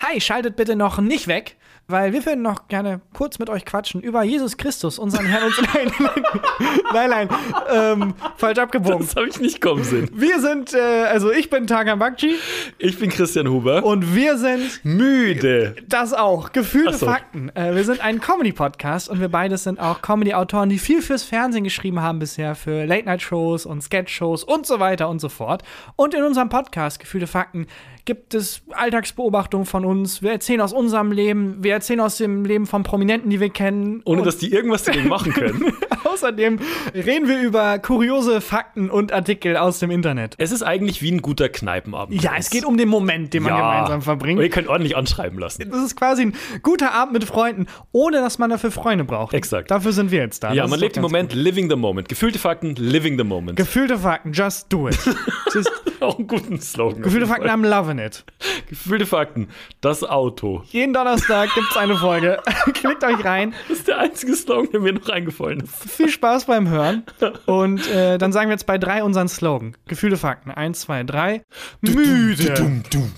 Hi, schaltet bitte noch nicht weg, weil wir würden noch gerne kurz mit euch quatschen über Jesus Christus, unseren Herrn und Nein, nein, nein, nein ähm, falsch abgebogen. Das habe ich nicht kommen sehen. Wir sind, äh, also ich bin Tarkan Bakci Ich bin Christian Huber. und wir sind müde. das auch, gefühlte Ach so. Fakten. Äh, wir sind ein Comedy-Podcast und wir beide sind auch Comedy-Autoren, die viel fürs Fernsehen geschrieben haben bisher, für Late-Night-Shows und Sketch-Shows und so weiter und so fort. Und in unserem Podcast, gefühlte Fakten, gibt es Alltagsbeobachtungen von uns. Wir erzählen aus unserem Leben, wir erzählen aus dem Leben von Prominenten, die wir kennen. Ohne dass die irgendwas dagegen machen können. Außerdem reden wir über kuriose Fakten und Artikel aus dem Internet. es ist eigentlich wie ein guter Kneipenabend. Ja, es geht um den Moment, den man gemeinsam verbringt. Und ihr könnt ordentlich anschreiben lassen. Das ist quasi ein guter Abend mit Freunden, ohne dass man dafür Freunde braucht. Exakt. Dafür sind wir jetzt da. Ja, Das man ist doch lebt im ganz Moment, living the moment. Gefühlte Fakten, living the moment. gut. Gefühlte Fakten, just do it. Das ist- Auch einen guten Slogan. Gefühlte Fakten, I'm loving it. Gefühlte Fakten. Das Auto. Jeden Donnerstag gibt's eine Folge. Klickt euch rein. Das ist der einzige Slogan, der mir noch eingefallen ist. Viel Spaß beim Hören. Und äh, dann sagen wir jetzt bei drei unseren Slogan. Gefühlte Fakten, eins, zwei, drei. Müde. Dum, dum.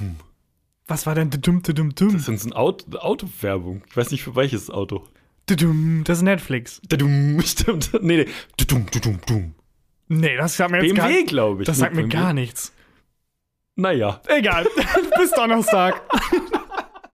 Was war denn? Dudum, dudum, dudum. Das ist ein Auto, Autowerbung. Ich weiß nicht, für welches Auto. Dudum. Das ist Netflix. Dum, stimmt. Nee, nee. Dum, dum, dum. Nee, das sagt mir jetzt gar BMW, glaube ich. Das sagt mir BMW. gar nichts. Naja. Egal. Bis Donnerstag.